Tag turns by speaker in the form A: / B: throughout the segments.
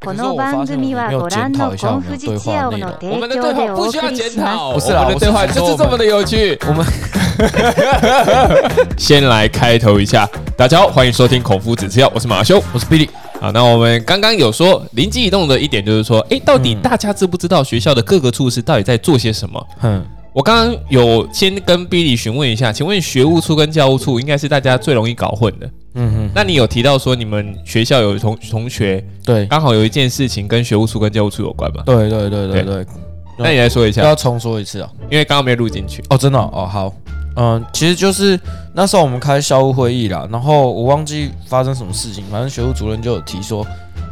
A: 可是我发现我们没有检讨一下我们的对话内容。
B: 我们的对话不需要检讨，
A: 不是啦
B: 我们的对话
A: 我是指说
B: 就是这么的有趣。
A: 我们
B: 先来开头一下，大家好，欢迎收听《孔夫子之药》，我是马修。
A: 我是 Billy，
B: 啊，那我们刚刚有说灵机一动的一点就是说，诶，到底大家知不知道学校的各个处室到底在做些什么？
A: 嗯，
B: 我刚刚有先跟 Billy 询问一下，请问学务处跟教务处应该是大家最容易搞混的。
A: 嗯哼，
B: 那你有提到说你们学校有同同学
A: 对，
B: 刚好有一件事情跟学务处跟教务处有关嘛？
A: 对对对对对，
B: 那你来说一
A: 要
B: 下，
A: 重说一次哦。
B: 因为刚刚没有录进去。
A: 哦，真的哦，哦好，嗯，其实就是那时候我们开校务会议啦，然后我忘记发生什么事情，反正学务主任就有提说，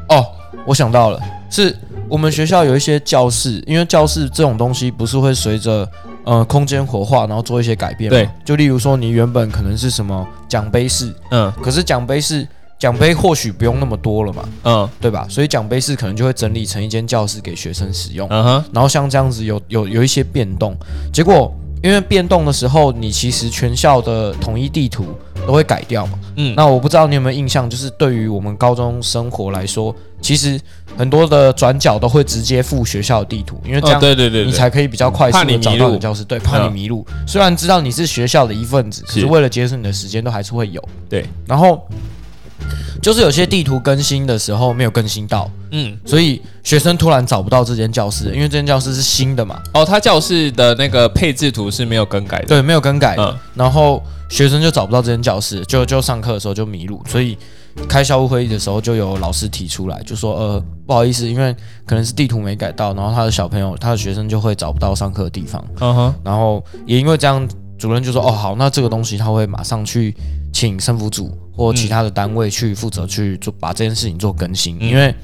A: 哦，我想到了，是我们学校有一些教室，因为教室这种东西不是会随着呃空间活化，然后做一些改变嘛，
B: 对，
A: 就例如说你原本可能是什么奖杯室，
B: 嗯
A: 可是奖杯室奖杯或许不用那么多了嘛，
B: 嗯
A: 对吧？所以奖杯室可能就会整理成一间教室给学生使用。
B: 嗯哼，
A: 然后像这样子有有有一些变动，结果因为变动的时候，你其实全校的统一地图都会改掉嘛。
B: 嗯，
A: 那我不知道你有没有印象，就是对于我们高中生活来说，其实很多的转角都会直接附学校的地图，因为这
B: 哦
A: 样
B: 对对对
A: 你
B: 对，
A: 才可以比较快速
B: 怕你
A: 的
B: 迷
A: 找到
B: 路
A: 你的教室，对，怕你迷路。虽然知道你是学校的一份子，可
B: 是
A: 是为了节省你的时间，都还是会有。
B: 对，
A: 然后就是有些地图更新的时候没有更新到，
B: 嗯，
A: 所以学生突然找不到这间教室，因为这间教室是新的嘛，
B: 哦，他教室的那个配置图是没有更改的。
A: 对，没有更改的，
B: 嗯
A: 然后学生就找不到这间教室，就就上课的时候就迷路，所以开校务会议的时候就有老师提出来，就说呃不好意思，因为可能是地图没改到，然后他的小朋友他的学生就会找不到上课的地方，
B: 嗯哼，
A: 然后也因为这样，主任就说哦好，那这个东西他会马上去请生辅组或其他的单位去负责去做把这件事情做更新，
B: 嗯
A: 因为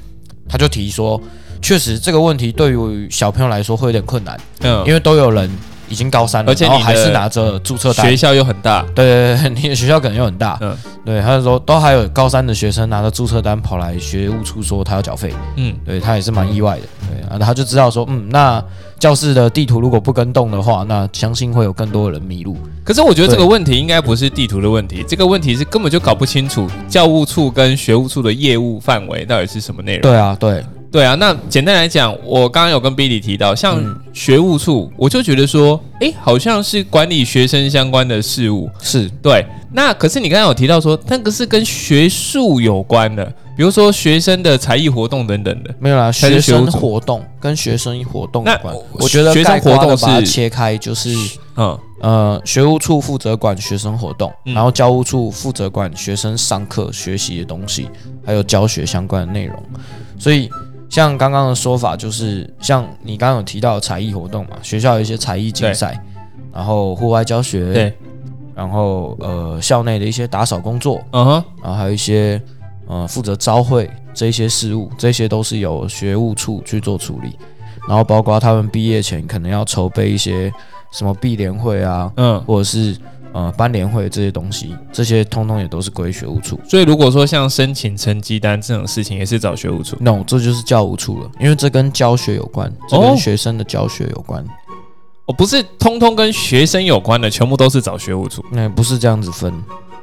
A: 他就提说，确实这个问题对于小朋友来说会有点困难，
B: 嗯，
A: 因为都有人已经高三了，
B: 而且
A: 然后
B: 你的
A: 还是拿着注册单
B: 学。校又很大，
A: 对对对， 你的学校可能又很大，
B: 嗯
A: 对，他就说都还有高三的学生拿着注册单跑来学务处说他要缴费，
B: 嗯，
A: 对他也是蛮意外的，对啊，他就知道说，嗯，那教室的地图如果不跟动的话，那相信会有更多人迷路。
B: 可是我觉得这个问题应该不是地图的问题，这个问题是根本就搞不清楚教务处跟学务处的业务范围到底是什么内容。
A: 对啊，对，
B: 对啊，那简单来讲，我刚刚有跟 Billy 提到，像
A: 嗯
B: 学务处，我就觉得说，诶，好像是管理学生相关的事务。
A: 是，
B: 对，那可是你刚刚有提到说，那个是跟学术有关的，比如说学生的才艺活动等等的。
A: 没有啦，
B: 还
A: 学
B: 是学务
A: 生
B: 组
A: 活动跟学生活动
B: 那
A: 有关
B: 我，
A: 我觉得
B: 学生
A: 概括
B: 活动
A: 地把它
B: 是
A: 切开，就是
B: 嗯
A: 呃，学务处负责管学生活动，
B: 嗯
A: 然后教务处负责管学生上课学习的东西，还有教学相关的内容。所以，像刚刚的说法，就是像你刚刚有提到的才艺活动嘛，学校有一些才艺竞赛，然后户外教学，
B: 对，
A: 然后呃校内的一些打扫工作，
B: 嗯哼，
A: 然后还有一些呃负责招会这一些事务，这些都是由学务处去做处理。然后包括他们毕业前可能要筹备一些什么毕联会啊，
B: 嗯。
A: 或者是呃班联会这些东西，这些通通也都是归学务处。
B: 所以如果说像申请成绩单这种事情，也是找学务处。
A: no，这就是教务处了，因为这跟教学有关，这
B: 哦
A: 跟学生的教学有关。
B: 我哦不是通通跟学生有关的，全部都是找学务处。
A: 那、不是这样子分，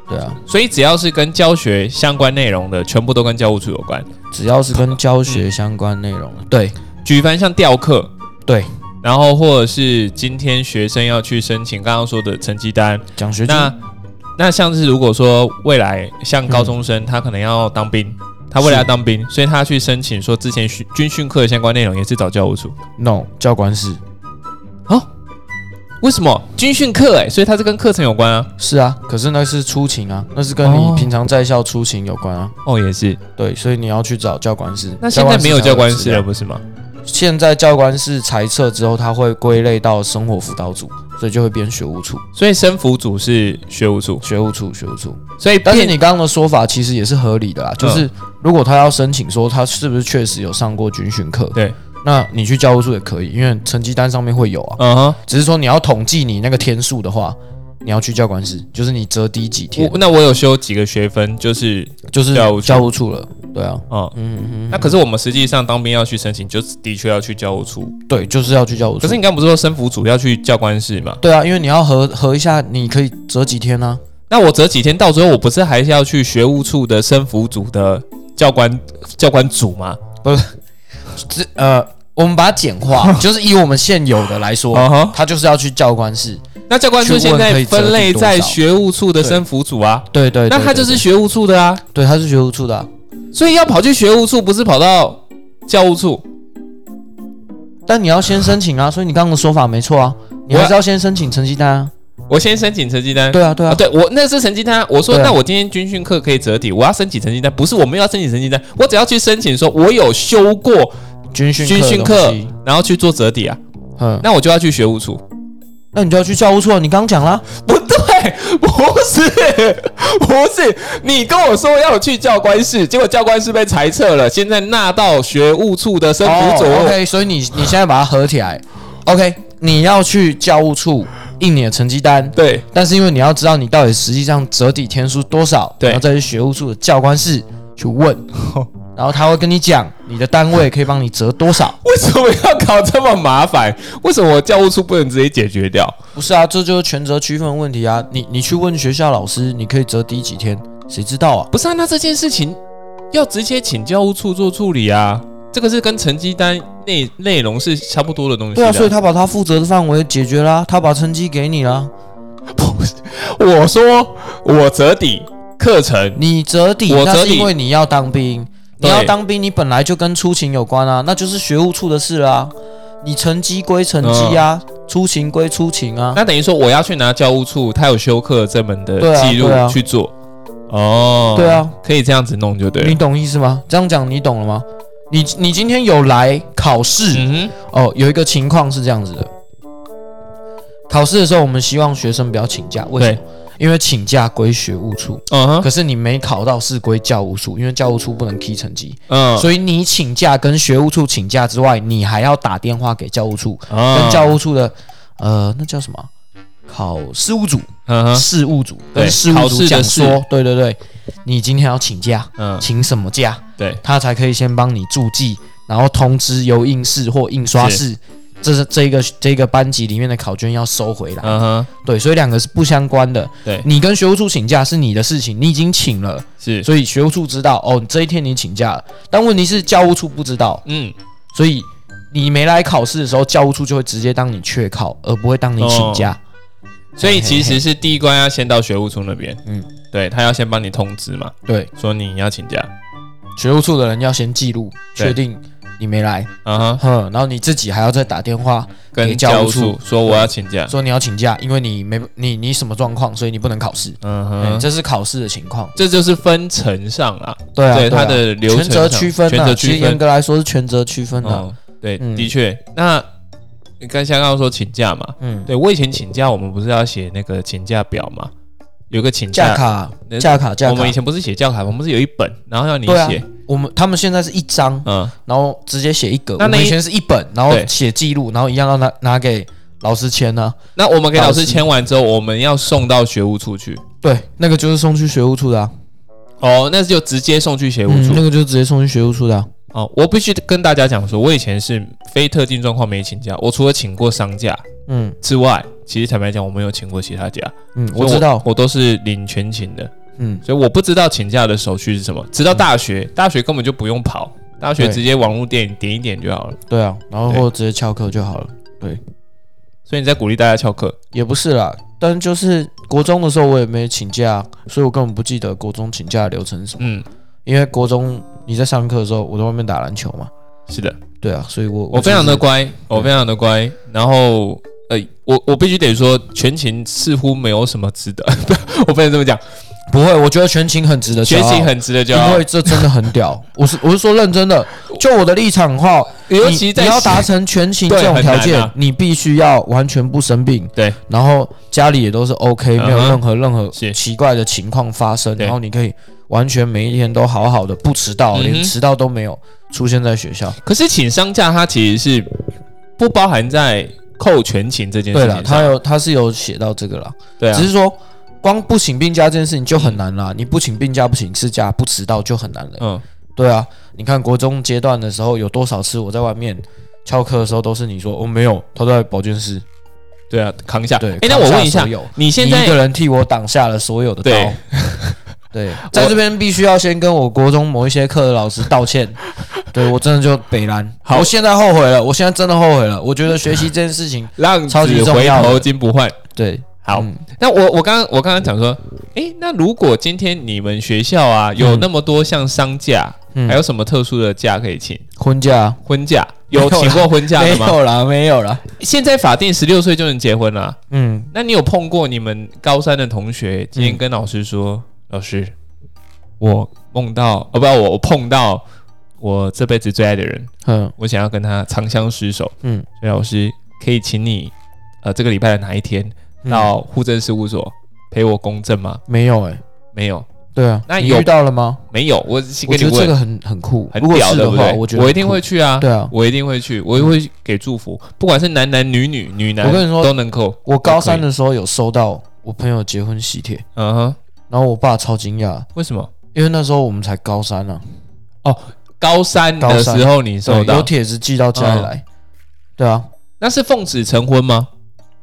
A: 对啊，
B: 所以只要是跟教学相关内容的，全部都跟教务处有关。
A: 只要是跟教学相关内
B: 嗯
A: 容，对
B: 举凡像调课，
A: 对，
B: 然后或者是今天学生要去申请刚刚说的成绩单，
A: 奖学金
B: 那那像是如果说未来像高中生，他可能要当兵，他未来要当兵，所以他去申请说之前训军训课的相关内容也是找教务处。
A: no 教官室
B: 为什么军训课？哎，所以它是跟课程有关啊。
A: 是啊，可是那是出勤啊，那是跟
B: 哦
A: 你平常在校出勤有关啊。
B: 哦，也是。
A: 对，所以你要去找教官室。
B: 那现在没有教官室
A: 才
B: 了，
A: 有
B: 不是吗？
A: 资料现在教官室裁撤之后，他会归类到生活辅导组，所以就会变学务处、
B: 所以生辅组是学务处，
A: 学务处、学务处。
B: 所以
A: 但是
B: 变嗯
A: 你刚刚的说法其实也是合理的啦，就是如果他要申请说他是不是确实有上过军训课，
B: 对，
A: 那你去教务处也可以，因为成绩单上面会有啊。
B: 嗯哼。
A: 只是说你要统计你那个天数的话，你要去教官室，就是你折抵几天
B: 我，那我有修几个学分，就是
A: 就是
B: 教务处
A: 教务处了。对啊，
B: 嗯，
A: 嗯嗯嗯，
B: 那可是我们实际上当兵要去申请，就是的确要去教务处。
A: 对，就是要去教务处。
B: 可是你刚不是说生辅组要去教官室吗？
A: 对啊，因为你要合合一下，你可以折几天呢、啊
B: 那我折几天，到时候我不是还是要去学务处的生辅组的教官教官组嘛。
A: 这呃，我们把它简 化，就是以我们现有的来说，
B: 哦吼，
A: 他就是要去教官室。
B: 那教官组现在分类在学务处的
A: 对
B: 生辅组啊，
A: 对对
B: 那他就是学务处的啊，
A: 对，他是学务处的啊、
B: 所以要跑去学务处，不是跑到教务处。
A: 但你要先申请啊，所以你刚刚的说法没错啊，你还是要先申请成绩单啊。
B: 我先申请成绩单。
A: 对啊，对
B: 啊，
A: 啊，
B: 对我那是成绩单啊，我说
A: 对啊
B: 那我今天军训课可以折抵，我要申请成绩单，不是我没有要申请成绩单，我只要去申请说我有修过
A: 军训
B: 军训
A: 课的
B: 课
A: 东西，
B: 然后去做折抵啊，
A: 嗯，
B: 那我就要去学务处。
A: 那你就要去教务处啊。你刚刚讲啦，
B: 不对，不是，不是，你跟我说要去教官室，结果教官室被裁撤了，现在纳到学务处的生辅组。
A: 哦 OK，所以你你现在把它合起来，OK，你要去教务处印你的成绩单，
B: 对
A: 但是因为你要知道你到底实际上折抵天数多少，
B: 对
A: 然后再去学务处的教官室去问， 然后他会跟你讲你的单位可以帮你折多少。
B: 为什么要搞这么麻烦？为什么我教务处不能直接解决掉？
A: 不是啊，这就是权责区分问题啊。你你去问学校老师，你可以折抵几天，谁知道啊？
B: 不是啊，那这件事情要直接请教务处做处理啊，这个是跟成绩单内内容是差不多的东西
A: 对
B: 的
A: 啊，所以他把他负责的范围解决啦、他把成绩给你啦，
B: 我说我折抵课程，
A: 你折抵，
B: 我
A: 那
B: 折
A: 是
B: 抵
A: 因为你要当兵，你
B: 对
A: 要当兵，你本来就跟出勤有关啊，那就是学务处的事啊。你成绩归成绩啊，
B: 嗯
A: 出勤归出勤啊。
B: 那等于说我要去拿教务处他有修课这门的
A: 对啊
B: 记录
A: 对啊
B: 去做。哦，
A: 对啊，
B: 可以这样子弄就对
A: 你
B: 了。
A: 懂意思吗？这样讲你懂了吗？你你今天有来考试，
B: 嗯
A: 哦，有一个情况是这样子的，考试的时候我们希望学生不要请假，为什么
B: 对？
A: 因为请假归学务处，
B: 哼，嗯哼，
A: 可是你没考到是归教务处，因为教务处不能批成绩，
B: 嗯，
A: 所以你请假跟学务处请假之外，你还要打电话给教务处，跟
B: 跟
A: 教务处的呃，那叫什么？考事务组、
B: 嗯哼，
A: 事务组
B: 对
A: 跟事务
B: 考
A: 组
B: 试的
A: 讲
B: 事
A: 说，对对对，你今天要请假，
B: 嗯，
A: 请什么假，
B: 对，
A: 他才可以先帮你注记，然后通知邮印室或印刷室，这是这一个这个班级里面的考卷要收回来。
B: 嗯哼，
A: 对，所以两个是不相关的。
B: 对，
A: 你跟学务处请假是你的事情，你已经请了，
B: 是，
A: 所以学务处知道哦，这一天你请假了。但问题是教务处不知道，
B: 嗯，
A: 所以你没来考试的时候，教务处就会直接当你缺考，而不会当你请假。
B: 哦所以其
A: 嘿
B: 实
A: 嘿
B: 是第一关要先到学务处那边，嗯
A: 嗯，
B: 对他要先帮你通知嘛，
A: 对，
B: 说你要请假，
A: 学务处的人要先记录，
B: 对
A: 确定你没来，
B: 嗯哼，
A: 哼，然后你自己还要再打电话
B: 跟
A: 给教
B: 教
A: 务
B: 务处
A: 处
B: 说我要请假，
A: 说你要请假，因为你没你你什么状况，所以你不能考试。嗯，
B: 嗯哼，
A: 这是考试的情况。
B: 这就是分层上啦，
A: 对啊，
B: 对
A: 对啊
B: 它的流程
A: 权责
B: 上
A: 区分
B: 权
A: 啊，
B: 责
A: 其实
B: 区
A: 严
B: 分，
A: 格来说是权责区分的。
B: 哦，对，
A: 嗯
B: 的确，那你刚才刚刚说请假嘛，
A: 嗯，
B: 对我以前请假我们不是要写那个请假表嘛，有个请
A: 假卡
B: 那呃
A: 假卡假
B: 我
A: 卡
B: 们以，前不是写教卡，我们不是有一本，然后要你
A: 对啊
B: 写，
A: 我们他们现在是一张，
B: 嗯，
A: 然后直接写一格。
B: 那
A: 我
B: 那
A: 们
B: 一
A: 以前是一本，然后
B: 对
A: 写记录，然后一样要拿拿给老师签啊呢。
B: 那我们给老
A: 老
B: 师
A: 师
B: 签完之后，我们要送到学务处去。
A: 对，那个就是送去学务处的啊，
B: 哦，那就直接送去学务
A: 嗯
B: 处。
A: 那个就直接送去学务处的啊。
B: 哦，我必须跟大家讲说，我以前是非特定状况没请假，我除了请过丧假
A: 嗯
B: 之外，其实坦白讲，我没有请过其他假。
A: 嗯，
B: 所
A: 我
B: 以
A: 知道，
B: 我都是领全勤的，
A: 嗯，
B: 所以我不知道请假的手续是什么。直到大学，大学根本就不用跑，大学
A: 对
B: 直接网络电影点一点就好了。
A: 对啊，然后
B: 对
A: 或者直接翘课就好了。
B: 所以你在鼓励大家翘课，
A: 也不是啦，但就是国中的时候我也没请假，啊所以我根本不记得国中请假的流程是什么。
B: 嗯，
A: 因为国中你在上课的时候，我在外面打篮球嘛，
B: 是的。
A: 对啊，所以我
B: 我非常的
A: 就是
B: 乖，我非常的乖。然后，呃，我我必须得说，全勤似乎没有什么值得， 我不能这么讲，
A: 不会，我觉得全勤很值得骄
B: 全
A: 傲，
B: 勤很值得骄
A: 因
B: 傲
A: 为。这真的很 屌。我是我是说认真的，就我的立场的话，
B: 尤
A: 你
B: 其在
A: 你要达成全勤这种
B: 对很
A: 条
B: 难
A: 件，
B: 啊
A: 你必须要完全不生病，
B: 对，
A: 然后家里也都是 OK，
B: 嗯哼
A: 没有任何任何
B: 是
A: 奇怪的情况发生，
B: 对
A: 然后你可以完全每一天都好好的，不迟到，
B: 嗯哼
A: 连迟到都没有出现在学校。
B: 可是请丧假，它其实是不包含在扣全勤这件事
A: 对了，
B: 情
A: 他
B: 上。
A: 有他是有写到这个啦，
B: 对啊
A: 只，是说光不请病假这件事情就很难啦，你不请病假、不请事假、不迟到就很难了。
B: 嗯，
A: 对啊，你看国中阶段的时候有多少次我在外面翘课的时候都是你说哦没有，他在保健室。
B: 对啊，扛下。
A: 对，
B: 哎，那我问
A: 扛
B: 一下
A: 所，有
B: 你
A: 你
B: 现
A: 一个
B: 在
A: 人替我挡下了所有的刀
B: 对。
A: 对，在这边必须要先跟我国中某一些课的老师道 歉，对我真的就北兰，
B: 好
A: 我现在后悔了，我现在真的后悔了，我觉得学习这件事 情，
B: 浪
A: 超级
B: 子
A: 重
B: 回
A: 要的
B: 头金不换。
A: 对，
B: 好
A: 嗯
B: 那我我刚刚我刚刚讲说，诶，那如果今天你们学校啊有那么多像商假，
A: 嗯
B: 还有什么特殊的假可以请？
A: 婚嫁
B: 婚假
A: 没
B: 有
A: 有啦
B: 请过婚假
A: 没
B: 的吗？
A: 有啦，没有啦，
B: 现在法定十六岁就能结婚了，
A: 嗯，
B: 那你有碰过你们高三的同学今天跟老师
A: 嗯
B: 说，老师，我梦到哦不，我我碰到我这辈子最爱的人，
A: 嗯，
B: 我想要跟他长相厮守，
A: 嗯，
B: 所以老师可以请你呃这个礼拜的哪一天
A: 嗯
B: 到户政事务所陪我公证吗？
A: 没有哎、
B: 没有，
A: 对啊，
B: 那
A: 你
B: 有
A: 遇到了吗？
B: 没有，我只是
A: 我
B: 跟你
A: 觉得这
B: 问，
A: 个很很酷，
B: 很
A: 如果
B: 屌，
A: 是
B: 对不
A: 话，
B: 对？
A: 我觉得
B: 一定
A: 很酷
B: 会去啊，
A: 对啊。
B: 我一定会去，我会给祝福，不管是男男女女、女男，
A: 我跟你说
B: 都能够。
A: 我高三
B: 都可
A: 的时候有收到我朋友结婚喜帖，
B: 嗯哼，
A: 然后我爸超惊讶，
B: 为什么？
A: 因为那时候我们才高三啊，
B: 高三的时候你收
A: 对，有
B: 到，
A: 帖子寄到
B: 哦
A: 家里来，对啊，
B: 那是奉子成婚吗？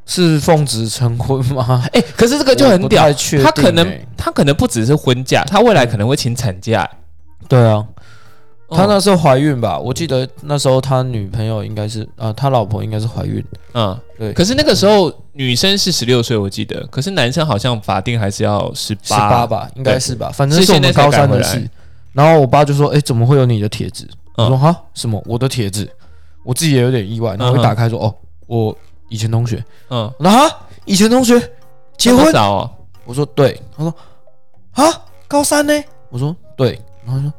A: 是奉子成婚吗？
B: 哎、可是这个就
A: 我
B: 很
A: 不
B: 屌
A: 太，确定
B: 他可能
A: 欸
B: 他可能不只是婚假，他未来可能会请产假。
A: 对啊，他
B: 呢？
A: 那时候怀孕吧，我记得那时候他女朋友应该是啊，他老婆应该是怀孕，
B: 嗯，
A: 对
B: 可是那个时候女生是十六岁，我记得，可是男生好像法定还是要十
A: 十八
B: 八。
A: 吧，应该是吧，反正
B: 是
A: 是我
B: 现在
A: 们
B: 才
A: 高
B: 改
A: 三
B: 回
A: 的
B: 来
A: 事。然后我爸就说：“哎，怎么会有你的帖子？”我说：“
B: 嗯
A: 哈，什么？我的帖子？”我自己也有点意外，然后
B: 嗯哼
A: 一打开说：“哦，我以前同学。
B: 嗯，”
A: 然后哈，以前同学结
B: 那么
A: 婚？
B: 早哦，
A: 我说：“对。”他说：“啊，高三呢？”我说：“对。”然后他说：“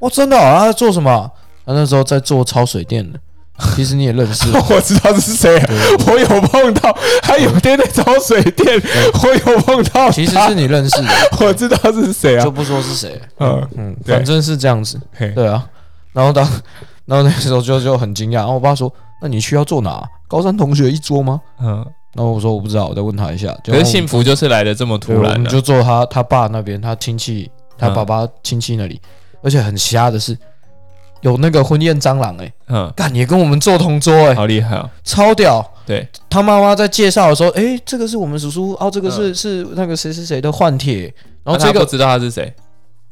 A: 哇，真的啊？他在做什么啊？”他那时候在做抄水电的，其实你也认 识。
B: 哦我知道是谁了，我有碰到，他有天在找水电，我有碰到他
A: 其实是你认 识的，
B: 我知道是谁啊
A: 就，不说是谁了。
B: 嗯，
A: 嗯，
B: 对
A: 反正是这样子。
B: 嘿
A: 对啊，然后当 然后那时候就就很惊讶，然后我爸说：“那你去要坐哪？啊高三同学一桌吗
B: 嗯，？”
A: 然后我说：“我不知道，我再问他一下。”
B: 可是幸福就是来的这么
A: 对，我
B: 突然啊
A: 们
B: 了、
A: 就坐他他爸那边，他亲戚，他
B: 嗯
A: 爸爸亲戚那里，而且很瞎的是，有那个婚宴蟑螂哎、欸，
B: 嗯，
A: 干也跟我们坐同桌哎、
B: 好厉害哦，
A: 超屌。
B: 对，
A: 他妈妈在介绍的时候，哎、这个是我们叔叔哦，这个是、是那个谁谁谁的换帖，然后
B: 嗯啊那他
A: 这个
B: 不知道他是谁，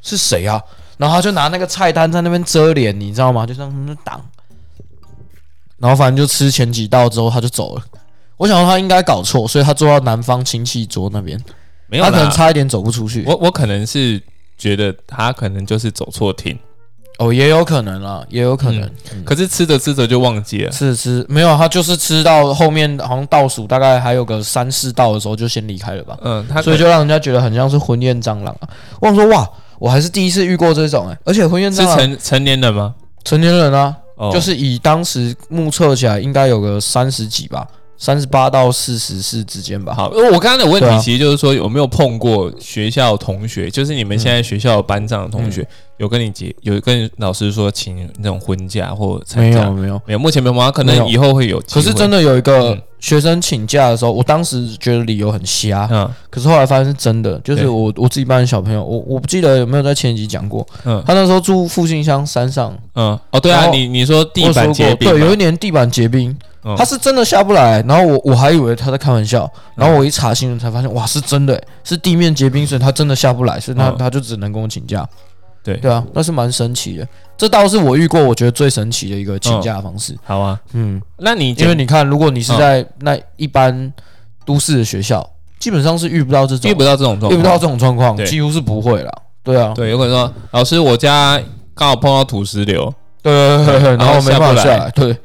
A: 是谁啊？然后他就拿那个菜单在那边遮脸，你知道吗？就让他们挡。然后反正就吃前几道之后他就走了。我想说他应该搞错，所以他坐到南方亲戚桌那边，
B: 没有
A: 他可能
B: 啦，
A: 差一点走不出去。
B: 我我可能是觉得他可能就是走错厅，
A: 哦，也有可能啦，也有可能。嗯
B: 可是吃着吃着就忘记了，
A: 是吃没有，他就是吃到后面好像倒数大概还有个三四道的时候就先离开了吧，
B: 嗯，他可
A: 所以就让人家觉得很像是婚宴蟑螂啊。我想说哇，我还是第一次遇过这种哎、而且婚宴
B: 是
A: 蟑螂
B: 成成年人吗？
A: 成年人啊，
B: 哦，
A: 就是以当时目测起来，应该有个三十几吧，三十八到四十四之间吧。
B: 好，因为我刚刚的问
A: 对啊
B: 题其实就是说有没有碰过学校同学，就是你们现在学校班上的同
A: 嗯
B: 学有跟你结有跟老师说请那种婚假或产假？
A: 没有。
B: 没有，目前没有吗？可
A: 没
B: 能
A: 有
B: 以后会有机
A: 可
B: 会。
A: 是真的有一个
B: 嗯
A: 学生请假的时候，我当时觉得理由很瞎，
B: 嗯
A: 可是后来发现是真的。就是
B: 对
A: 我我自己班的小朋友，我我不记得有没有在前几集讲过，
B: 嗯
A: 他那时候住复兴乡山上，
B: 嗯，哦，对啊
A: 然，后
B: 你你说地
A: 我
B: 板
A: 有说
B: 结
A: 过
B: 冰嘛，
A: 对，有一年地板结冰，
B: 嗯
A: 他是真的下不来。然后我我还以为他在开玩笑，然后我一查新闻才发现，哇，是真的欸，是地面结冰，所以他真的下不来，所以他
B: 嗯
A: 他就只能跟我请假。
B: 对
A: 对啊，那是蛮神奇的，这倒是我遇过我觉得最神奇的一个请假方式。
B: 好啊。
A: 嗯，
B: 那你
A: 因为你看，如果你是
B: 嗯
A: 在那一般都市的学校，基本上是遇不到这种
B: 遇不到这种状况，
A: 遇不到这种状况，
B: 对
A: 几乎是不会啦。对啊，
B: 对，有可能说老师，我家刚好碰到土石流，
A: 对对对对，
B: 然
A: 然
B: 后
A: 后没办法
B: 下不来
A: 下来，对
B: 对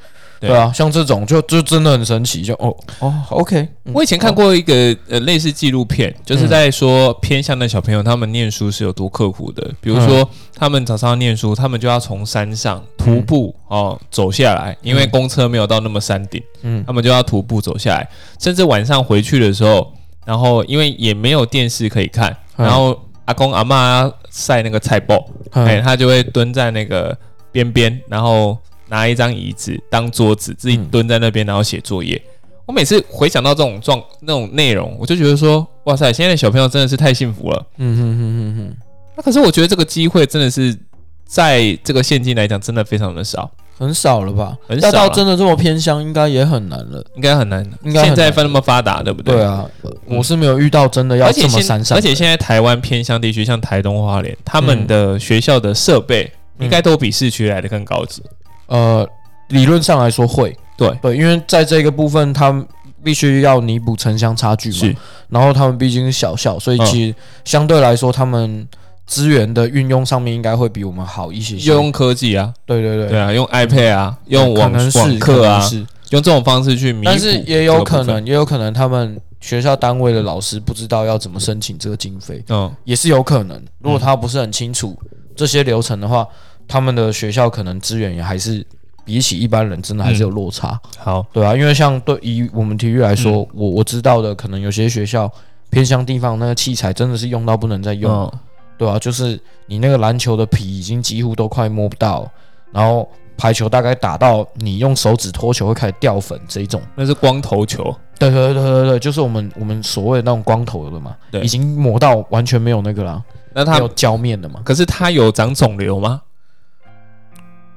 A: 对啊，像这种就就真的很神奇，就哦哦，OK，嗯
B: 我以前看过一个呃类似纪录片，就是在说偏向的小朋友他们念书是有多刻苦的。比如
A: 嗯
B: 说他们早上念书，他们就要从山上徒步哦走下来，因为公车没有到那么山顶，
A: 嗯
B: 他们就要徒步走下来。甚至晚上回去的时候，然后因为也没有电视可以看，
A: 嗯
B: 然后阿公阿妈啊晒那个菜包，
A: 嗯
B: 哎、他就会蹲在那个边边，然后拿一张椅子当桌子，自己
A: 嗯
B: 蹲在那边，然后写作业。我每次回想到这种状那种内容，我就觉得说，哇塞，现在的小朋友真的是太幸福了。
A: 嗯哼哼哼
B: 那、可是我觉得这个机会真的是在这个现今来讲，真的非常的少。
A: 哼，很少了吧？
B: 很
A: 要
B: 少啊
A: 到
B: 啦
A: 真的这么偏乡，应该也很难了。
B: 应该很难。
A: 应该很
B: 现在那么发达，对不对？嗯
A: 对啊，我是没有遇到真的要
B: 而且
A: 这么
B: 现
A: 闪闪。
B: 而且现在台湾偏乡地区，像台东、花莲，他们的学校的设备
A: 嗯
B: 应该都比市区来的更高级。
A: 呃，理论上来说会，
B: 对
A: 对，因为在这个部分，他们必须要弥补城乡差距嘛
B: 是。
A: 然后他们毕竟是小校，所以
B: 嗯
A: 其实相对来说，他们资源的运用上面应该会比我们好一些些。
B: 又用科技啊，
A: 对对对
B: 对，啊，用 iPad 啊，用
A: 可
B: 网
A: 能是
B: 网课
A: 可
B: 啊
A: 能，是
B: 用这种方式去弥补这
A: 但
B: 个部分。
A: 是也有可能，也有可能他们学校单位的老师不知道要怎么申请这个经费，
B: 嗯，
A: 也是有可能。如果他不是很清楚这些流程的话，他们的学校可能资源也还是比起一般人真的还是有落差，
B: 好，
A: 对啊，因为像对以我们体育来说，
B: 嗯
A: 我我知道的可能有些学校偏向地方那个器材真的是用到不能再用，
B: 嗯
A: 对啊，就是你那个篮球的皮已经几乎都快摸不到，然后排球大概打到你用手指托球会开始掉粉这一种。
B: 那是光头球，
A: 对对对对对，就是我们我们所谓的那种光头的嘛，
B: 对
A: 已经磨到完全没有那个啦，没
B: 那他
A: 有胶面的嘛。
B: 可是他有长肿瘤吗？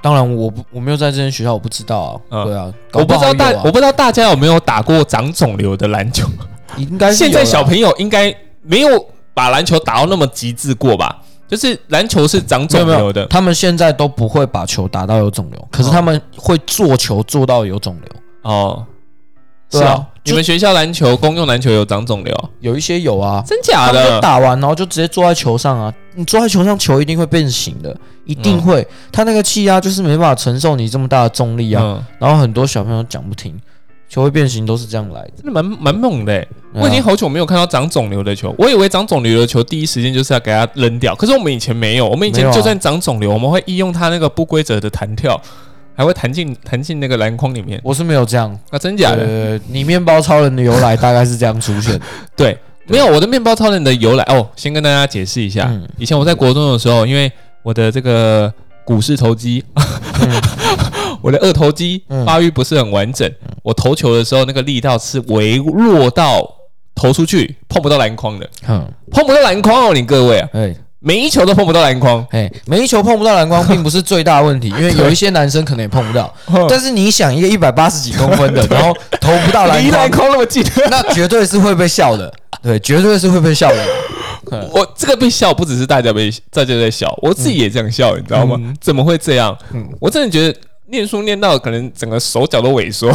A: 当然我不我没有在这间学校，我不知道啊，
B: 嗯
A: 对啊，搞
B: 我不
A: 不
B: 知道大
A: 好有啊
B: 我不知道大家有没有打过长肿瘤的篮球？
A: 应该是
B: 现
A: 有
B: 在
A: 啦
B: 小朋友应该没有把篮球打到那么极致过吧？就是篮球是长肿
A: 没有没
B: 瘤
A: 有
B: 的，
A: 他们现在都不会把球打到有肿瘤，可是
B: 哦
A: 他们会做球做到有肿瘤，
B: 哦，是
A: 对啊
B: 啊，
A: 就
B: 你们学校篮球公用篮球有长肿瘤？
A: 有一些有啊，
B: 真假
A: 他们就
B: 的？
A: 打完然后就直接坐在球上啊，你坐在球上球一定会变形的，一定
B: 嗯
A: 会，他那个气压就是没办法承受你这么大的重力啊，
B: 嗯，
A: 然后很多小朋友讲不听，球会变形都是这样来的。
B: 真的蛮蛮猛的欸。
A: 对啊
B: 我已经好久没有看到长肿瘤的球，我以为长肿瘤的球第一时间就是要给它扔掉，可是我们以前没有，我们以
A: 没有
B: 前
A: 啊
B: 就算长肿瘤，我们会利用它那个不规则的弹跳，还会弹进弹进那个篮筐里面。
A: 我是没有这样。
B: 啊，真假的？
A: 呃，你面包超人的由来大概是这样出现的。
B: 对，没有我的面包超人的由来哦，先跟大家解释一下。
A: 嗯
B: 以前我在国中的时候，因为我的这个股市投机， 我的二头肌
A: 嗯
B: 发育不是很完整，我投球的时候那个力道是微弱到投出去碰不到篮筐的，
A: 哼，
B: 碰不到篮筐哦，你各位啊，
A: 哎
B: 每一球都碰不到篮筐。
A: 哎，每一球碰不到篮筐并不是最大的问题，因 为有一些男生可能也碰不到。
B: 嗯
A: 但是你想，一个一百八十几公分 的，然后投不到篮
B: 离篮
A: 筐，
B: 筐那么近，
A: 那绝对是会被笑的。对，绝对是会被笑 的。
B: 我这个被笑不只是大家被大家在笑，我自己也这样笑，你知道吗？
A: 嗯
B: 怎么会这样？我真的觉得念书念到可能整个手脚都 萎缩，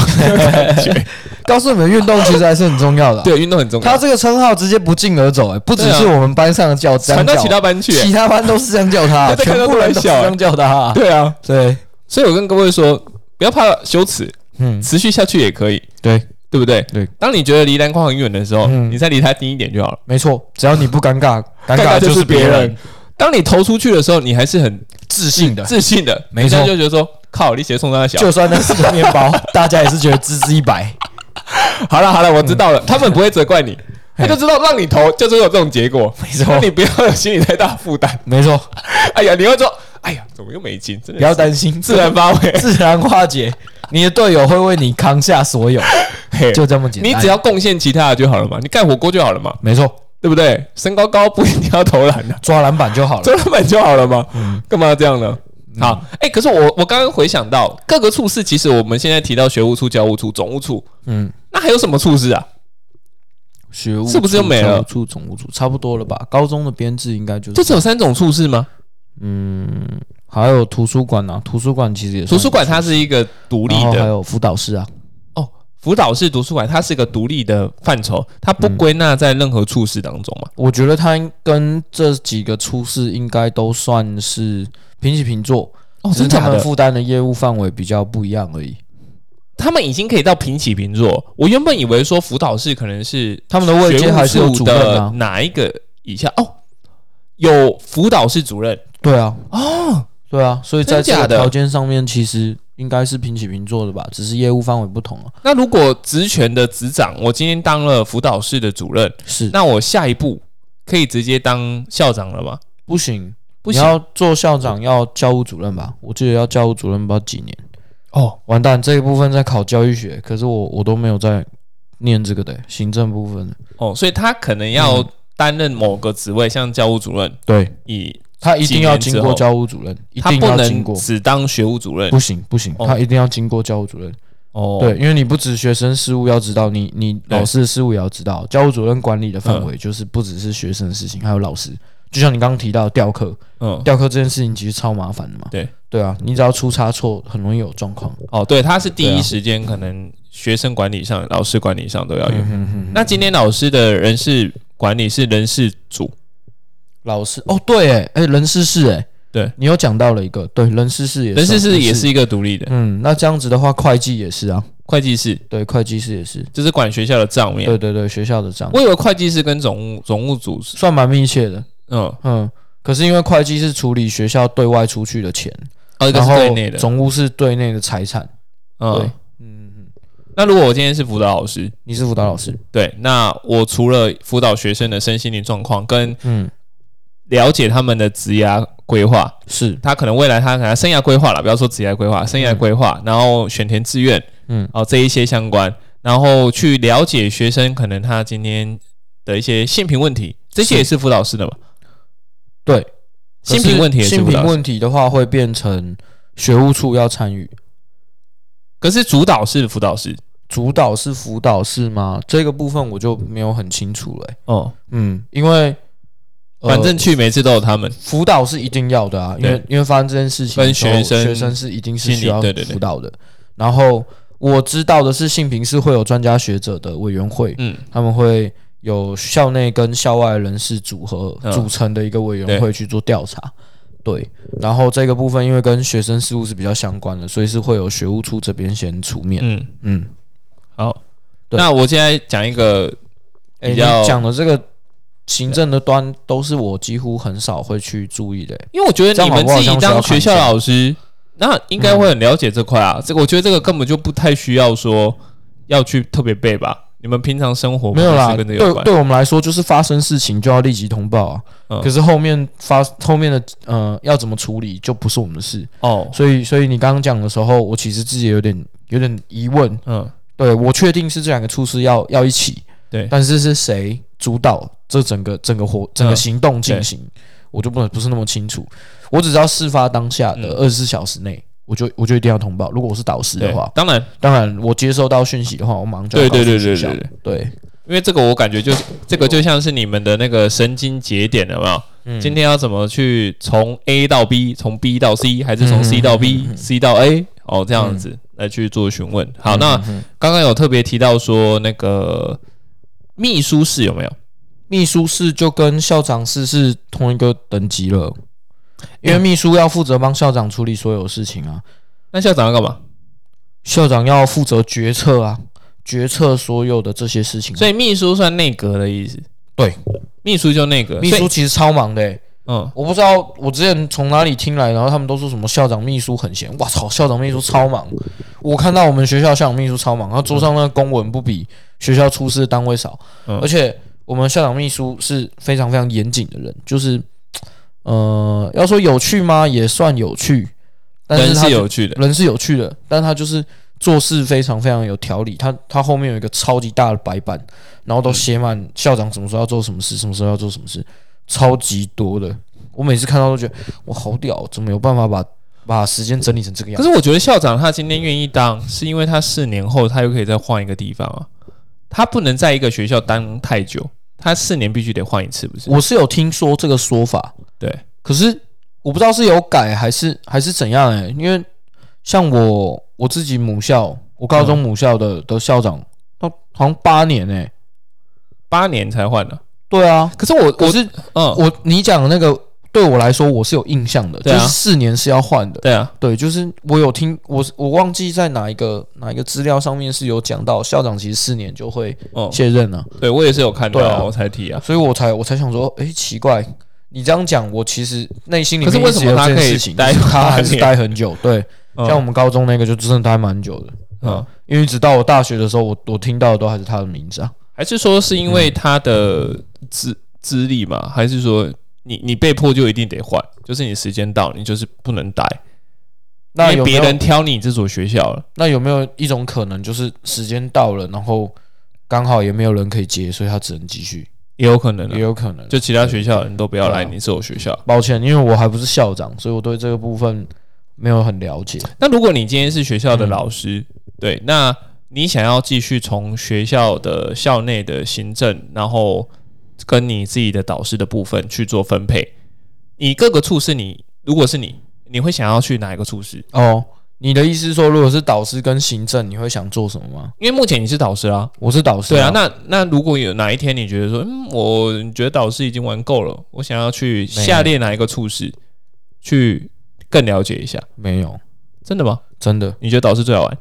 A: 告诉你们，运动其实还是很重要的啊。
B: 对，运动很重
A: 他
B: 要，
A: 这个称号直接不胫而走，哎，不只
B: 对啊
A: 是我们班上的叫这样
B: 传到
A: 叫，
B: 其他班去、
A: 其
B: 欸。
A: 他班都是这样叫 他，
B: 大家
A: 全
B: 看到
A: 部人都
B: 都在
A: 是
B: 笑哎
A: 这样叫他啊。
B: 对啊，
A: 对，
B: 所以我跟各位说，不要怕羞耻，
A: 嗯，
B: 持续下去也可以，
A: 对，
B: 对不对？
A: 对。
B: 当你觉得离篮筐很远的时候，
A: 嗯
B: 你再离它近一点就好了。
A: 没错，只要你不尴尬，尴
B: 尬
A: 尬
B: 就是
A: 是
B: 别
A: 别
B: 人，当你投出去的时候，你还是很
A: 自信的。
B: 自信的，
A: 没错
B: 人家就觉得说，靠，你鞋送他小。
A: 就算那是个面 包，大家也是觉得滋滋一百。嗯
B: 好了好了，我知道了，他们不会责怪你，他就知道让你投就是有这种结果，
A: 没错
B: 那你不要有心理太大负担。
A: 没错，
B: 哎呀，你会说，哎呀，怎么又没进？真
A: 不
B: 的
A: 要担心，
B: 自然发挥，
A: 自然化解。你的队友会为你扛下所有，
B: 嘿
A: 就这么简单。哎
B: 你只要贡献其他的就好了嘛，你盖火锅就好了嘛，
A: 没错，
B: 对不对？身高高不一定要投篮的、啊
A: 抓篮板就好了。
B: 做篮板就好了嘛，
A: 嗯
B: 干嘛这样呢？好，哎、可是我我刚刚回想到各个处室，其实我们现在提到学务处、教务处、总务处，
A: 嗯，
B: 那还有什么处室啊？
A: 学务
B: 是不是就没了
A: 教务处总务处差不多了吧？高中的编制应该就
B: 就是只有三种处室吗？
A: 嗯，还有图书馆啊，图书馆其实也
B: 图书馆它
A: 是
B: 是一个独立
A: 然后还
B: 的
A: 有辅导室啊。
B: 哦，辅导室图书馆它是一个独立的范畴，它不归纳在任何处室当中嘛。
A: 我觉得他跟这几个出事应该都算是平起平坐，
B: 哦，
A: 只是
B: 真
A: 他
B: 假
A: 们
B: 的？
A: 负担的业务范围比较不一样而已。
B: 他们已经可以到平起平坐。我原本以为说辅导室可能是
A: 他们的位阶还是有主任啊
B: 学务处的哪一个以下哦，有辅导室主任。
A: 对啊，哦，对啊，所以在这
B: 真
A: 个
B: 假的
A: 条件上面，其实应该是平起平坐的吧，只是业务范围不同啊。
B: 那如果职权的职长，我今天当了辅导室的主任，
A: 是，
B: 那我下一步可以直接当校长了吗？
A: 不行，
B: 不
A: 你
B: 行
A: 要做校长要教务主任吧？我记得要教务主任不知道几年。
B: 哦，
A: 完蛋，这一部分在考教育学，可是我我都没有在念这个的行政部分。
B: 哦，所以他可能要担任某个职位，像教务主任，
A: 对，
B: 以
A: 他一定要
B: 几年
A: 经
B: 之
A: 过
B: 后
A: 教务主任，一
B: 他
A: 定
B: 不
A: 要经过
B: 能，只当学务主任
A: 不行不行，
B: 哦
A: 他一定要经过教务主任。
B: 哦，
A: 对，因为你不止学生事务要知道，你你
B: 对嗯
A: 老师的事务也要知道。教务主任管理的范围就是不只是学生的事情，还有老师。就像你刚刚提到调课，
B: 嗯，
A: 调课这件事情其实超麻烦的嘛。
B: 对
A: 对啊，你只要出差错，很容易有状况。
B: 哦，对，他是第
A: 对啊
B: 一时间可能学生管理上、老师管理上都要有。
A: 嗯哼
B: 那今天老师的人事管理是人事组，
A: 老师哦，对，哎，哎，人事室，哎，
B: 对，
A: 你又讲到了一个，对，人事室也
B: 人事
A: 算
B: 室也是。一个独立的，
A: 嗯，那这样子的话，会计也是啊，
B: 会计室
A: 对，会计师也是，
B: 就是管学校的账面。
A: 对对对，学校的账
B: 嗯我以为会计师跟总务总务组是，
A: 算蛮密切的，
B: 嗯，
A: 嗯，可是因为会计是处理学校对外出去的钱，
B: 哦，一个
A: 然
B: 是
A: 后
B: 对内的，
A: 总务是对内的财产，对
B: 嗯。
A: 嗯嗯，
B: 那如果我今天是辅导老师，
A: 你是辅导老师，
B: 对，那我除了辅导学生的身心灵状况，跟
A: 嗯，
B: 了解他们的职涯规划，
A: 是，
B: 他可能未来他可能生涯规划了，不要说职业规划，生涯规划，然后选填志愿，
A: 嗯，
B: 哦这一些相关，然后去了解学生可能他今天的一些性平问题，这些也是辅导师的
A: 嗯
B: 嘛？
A: 对，
B: 性平问题也是
A: 性
B: 辅
A: 平
B: 导师，
A: 问题的话会变成学务处要参与，
B: 可是主导是辅导师，
A: 主导是辅导是吗？这个部分我就没有很清楚了、欸
B: 哦，
A: 嗯，因为、呃
B: 反正去每次都有他们，
A: 辅导是一定要的啊，因为因为发生这件事情的时候，
B: 跟学生
A: 学生是一定是
B: 心理
A: 需要
B: 对对对
A: 辅导的。然后我知道的是，性平是会有专家学者的委员会，
B: 嗯，
A: 他们会有校内跟校外人士组合
B: 嗯
A: 组成的一个委员会去做调查。对，然后这个部分因为跟学生事务是比较相关的，所以是会有学务处这边先出面。
B: 嗯，
A: 嗯，
B: 好，
A: 对
B: 那我现在讲一个
A: 哎、
B: 比较
A: 你讲的这个行政的端都是我几乎很少会去注意的、欸
B: 因为我觉得你们自己当学校老师，那应该会很了解这块
A: 嗯
B: 啊。这个我觉得这个根本就不太需要说要去特别背吧。你们平常生活
A: 没有
B: 不
A: 啦，
B: 是跟这
A: 对
B: 个有关
A: 对我们来说，就是发生事情就要立即通报啊。
B: 嗯
A: 可是后面发后面的呃要怎么处理就不是我们的事，
B: 哦，
A: 所以所以你刚刚讲的时候，我其实自己有点有点疑问。
B: 嗯，
A: 对我确定是这两个处事要要一起，
B: 对，
A: 但是是谁主导这整个整个活整个行动进行，我就不能不是那么清楚。我只知道事发当下的
B: 嗯
A: 二十四小时内，我就我就一定要通报。如果我是导师
B: 对
A: 的话，，
B: 当然，
A: 当然我接收到讯息的话，我马上就要
B: 对对
A: 告诉
B: 对对
A: 学校
B: 对对
A: 对，
B: 因为这个我感觉就是这个就像是你们的那个神经节点，有没有？
A: 嗯
B: 今天要怎么去从 A 到 B，从 B 到 C，还是
A: 嗯
B: 从 C
A: 嗯
B: 到
A: 嗯嗯
B: B，C 到 A？哦，这样子来去做询问。好，那
A: 嗯嗯嗯
B: 刚刚有特别提到说那个秘书室有没有？
A: 秘书室就跟校长室是同一个等级了，因
B: 嗯
A: 为秘书要负责帮校长处理所有事情啊，
B: 那校长要干嘛？
A: 校长要负责决策啊，决策所有的这些事情啊、
B: 所以秘书算内阁的意思。
A: 对，
B: 秘书就内阁。
A: 秘
B: 所
A: 书
B: 以，
A: 其实超忙的欸、
B: 嗯，
A: 我不知道我之前从哪里听来，然后他们都说什么校长秘书很闲，哇操，校长秘书超忙。我看到我们学校校长秘书超忙，他桌上那个公文不比学校出事的单位少，
B: 嗯
A: 而且我们校长秘书是非常非常严谨的人，就是呃，要说有趣吗，也算有趣，但是
B: 人
A: 他
B: 是有趣的。
A: 人是有趣的，但他就是做事非常非常有条理。他他后面有一个超级大的白板，然后都写满校长什么时候要做什么事，什么时候要做什么事，超级多的。我每次看到都觉得我好屌，怎么有办法把把时间整理成这个样
B: 可
A: 子？
B: 是我觉得校长他今天愿意当，是因为他四年后他又可以再换一个地方啊，他不能在一个学校当太久，他四年必须得换一次，不是？
A: 我是有听说这个说法，
B: 对，
A: 可是我不知道是有改还是还是怎样哎、因为像我我自己母校，我高中母校的、的校长，他好像八年哎、
B: 八年才换的。
A: 对啊，
B: 可是我
A: 可
B: 我
A: 是
B: 嗯，
A: 我你讲的那个对我来说我是有印象的，
B: 对
A: 就
B: 啊
A: 是四年是要换的。
B: 对啊，
A: 对，就是我有听，我我忘记在哪一个哪一个资料上面是有讲到，校长其实四年就会
B: 哦，
A: 卸任了、
B: 对我也是有看到
A: 对啊
B: 啊，我才提啊。
A: 所以我才我才想说，诶，奇怪，你这样讲，我其实内心里面
B: 可是为什么
A: 一直有
B: 他
A: 这件
B: 可以
A: 事情
B: 待
A: 就是他还
B: 八
A: 是
B: 年
A: 待很久？对，像我
B: 嗯
A: 们高中那个就真的待蛮久的，
B: 嗯，
A: 因为直到我大学的时候，我我听到的都还是他的名字啊。
B: 还是说是因为他的资资历嘛？还是说你你被迫就一定得换？就是你时间到，你就是不能待，
A: 那
B: 因
A: 有
B: 为
A: 没
B: 别
A: 有
B: 人挑你这所学校了。
A: 那有没有一种可能，就是时间到了，然后刚好也没有人可以接，所以他只能继续？
B: 也有可能、
A: 也
B: 啊，
A: 有可能。
B: 就其他学校的人都不要来
A: 对啊
B: 你这所学校。
A: 抱歉，因为我还不是校长，所以我对这个部分没有很了解。
B: 那如果你今天是学校的老师，对，那你想要继续从学校的校内的行政，然后跟你自己的导师的部分去做分配，你各个处室你如果是你，你会想要去哪一个处室？
A: 哦，你的意思是说，如果是导师跟行政，你会想做什么吗？
B: 因为目前你是导师啊，
A: 我是导师、
B: 对啊，那那如果有哪一天你觉得说，嗯，我觉得导师已经玩够了，我想要去下列哪一个处室去更了解一下，
A: 没有，
B: 真的吗？
A: 真的
B: 你觉得导师最好玩？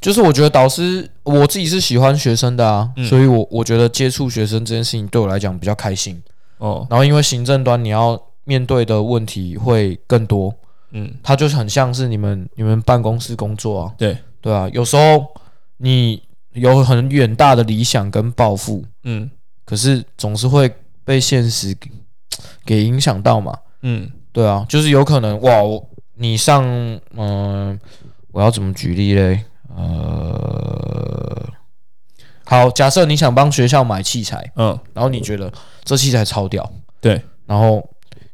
A: 就是我觉得导师我自己是喜欢学生的啊，
B: 嗯
A: 所以我我觉得接触学生这件事情对我来讲比较开心。
B: 哦，
A: 然后因为行政端你要面对的问题会更多，
B: 嗯，
A: 它就是很像是你们你们办公室工作啊，
B: 对，
A: 对啊，有时候你有很远大的理想跟抱负，
B: 嗯
A: 可是总是会被现实给给影响到嘛，
B: 嗯，
A: 对啊，就是有可能哇，我你上嗯、我要怎么举例嘞？呃，好，假设你想帮学校买器材，
B: 嗯，
A: 然后你觉得这器材超屌，
B: 对，
A: 然后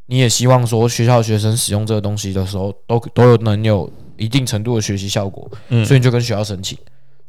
A: 你也希望说学校学生使用这个东西的时候都都有能有一定程度的学习效果，
B: 嗯
A: 所以你就跟学校申请，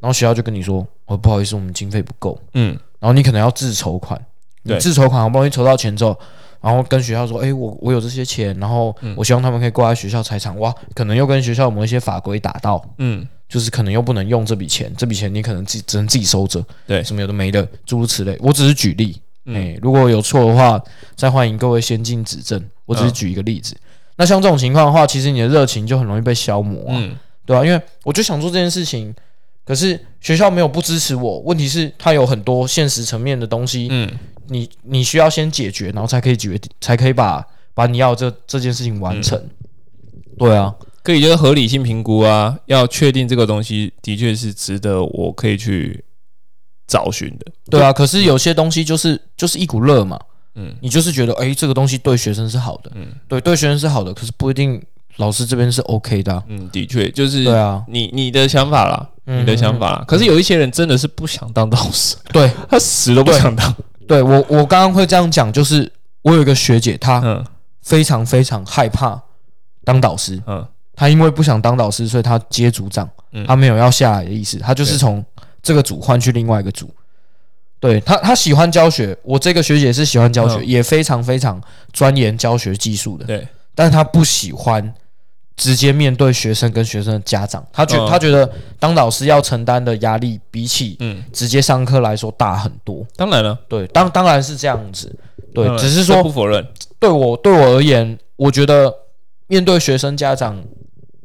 A: 然后学校就跟你说，哦，不好意思，我们经费不够，
B: 嗯，
A: 然后你可能要自筹款，你
B: 对
A: 自筹款好不容易筹到钱之后，然后跟学校说，哎、我我有这些钱，然后
B: 嗯
A: 我希望他们可以挂在学校财产，哇，可能又跟学校有某一些法规打到，
B: 嗯，
A: 就是可能又不能用这笔钱，这笔钱你可能自己只能自己收着，
B: 对
A: 什么有的没的，诸如此类，我只是举例，哎、
B: 嗯
A: 如果有错的话，再欢迎各位先进指正，我只是
B: 嗯
A: 举一个例子。那像这种情况的话，其实你的热情就很容易被消磨啊。
B: 嗯
A: 对啊，因为我就想做这件事情，可是学校没有不支持我。问题是，它有很多现实层面的东西，
B: 嗯
A: 你你需要先解决，然后才可以解决，才可以把把你要这这件事情完成。
B: 嗯
A: 对啊，
B: 可以就是合理性评估啊，要确定这个东西的确是值得我可以去找寻的。
A: 对啊。可是有些东西就是就是一股热嘛，
B: 嗯
A: 你就是觉得哎、诶这个东西对学生是好的，
B: 嗯
A: 对对学生是好的，可是不一定老师这边是 OK 的啊、
B: 嗯，的确就是
A: 对啊，
B: 你你的想法啦，
A: 嗯
B: 你的想法啦。可是有一些人真的是不想当导 师，
A: 对
B: 他死都不想当。
A: 对，我我刚刚会这样讲，就是我有一个学姐，她
B: 嗯
A: 非常非常害怕当导师。
B: 嗯
A: 他因为不想当导师，所以他接组长，
B: 嗯
A: 他没有要下来的意思，他就是
B: 对
A: 从这个组换去另外一个组。对他，他喜欢教学，我这个学姐是喜欢教学，
B: 嗯
A: 也非常非常钻研教学技术的，
B: 对，
A: 但是他不喜欢直接面对学生跟学生的家长，他觉、
B: 嗯
A: 他觉得当导师要承担的压力比起
B: 嗯，
A: 直接上课来说大很多。
B: 当然了，
A: 对，当当然是这样子，对
B: 当，然
A: 只是
B: 这
A: 说
B: 不否认。
A: 对我对我而言，我觉得面对学生家长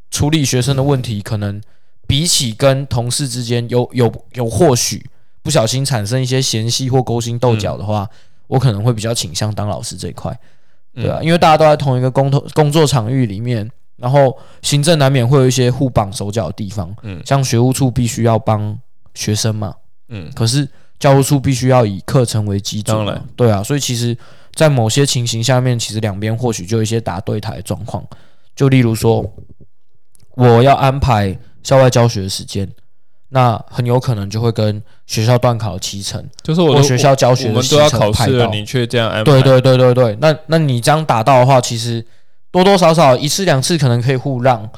A: 处理学生的问题，可能比起跟同事之间有有有或许不小心产生一些嫌隙或勾心斗角的话，我可能会比较倾向当老师这一块，对啊，因为大家都在同一个工头工作场域里面。然后行政难免会有一些互绑手脚的地方，
B: 嗯
A: 像学务处必须要帮学生嘛，
B: 嗯，
A: 可是教务处必须要以课程为基准嘛，
B: 当然
A: 对啊，所以其实，在某些情形下面，其实两边或许就有一些打对台的状况，就例如说，我要安排校外教学的时间，那很有可能就会跟学校断考期程
B: 就是我
A: 或
B: 的
A: 学校教
B: 我
A: 学的
B: 们
A: 时
B: 都要
A: 程
B: 考
A: 排
B: 试了，
A: 到。
B: 你却这样安排。
A: 对对对对对，那那你这样打到的话，其实多多少少一次两次可能可以互让，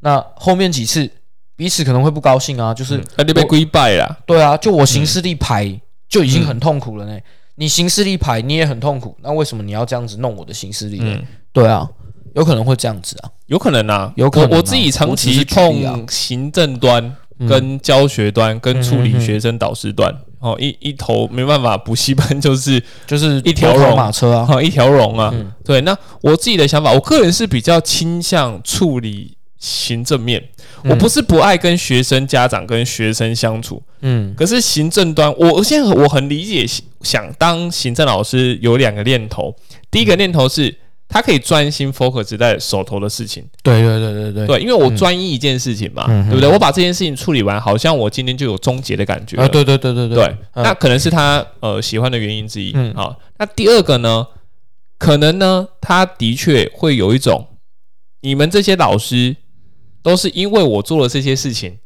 A: 那后面几次彼此可能会不高兴啊，就是
B: 嗯，那就被
A: 我
B: 归败啦。
A: 对啊，就我行事力排、就已经很痛苦了呢、你行事力排你也很痛苦，那为什么你要这样子弄我的行事力呢？
B: 嗯，
A: 对啊，有可能会这样子啊。
B: 有可能啊，
A: 有可能啊
B: 我我自己长
A: 我只是
B: 期
A: 举例啊
B: 碰行政端、
A: 嗯
B: 跟教学端、跟处理学生导师端，
A: 嗯
B: 哦，一一头没办法，补习班就是
A: 就是
B: 一条
A: 多头
B: 龙
A: 马车啊，
B: 哦一条龙啊。
A: 嗯
B: 对，那我自己的想法，我个人是比较倾向处理行政面，
A: 嗯
B: 我不是不爱跟学生家长跟学生相处，
A: 嗯
B: 可是行政端，我我现在我很理解，想当行政老师有两个念头，第一个念头是他可以专心 focus 在手头的事情。
A: 对对对对对，
B: 对，因为我专一一件事情嘛，
A: 嗯
B: 对不对？我把这件事情处理完，好像我今天就有终结的感觉了。
A: 啊对对对对
B: 对
A: 对，嗯
B: 那可能是他呃喜欢的原因之一。
A: 嗯
B: 好，那第二个呢，可能呢，他的确会有一种，你们这些老师都是因为我做了这些事情，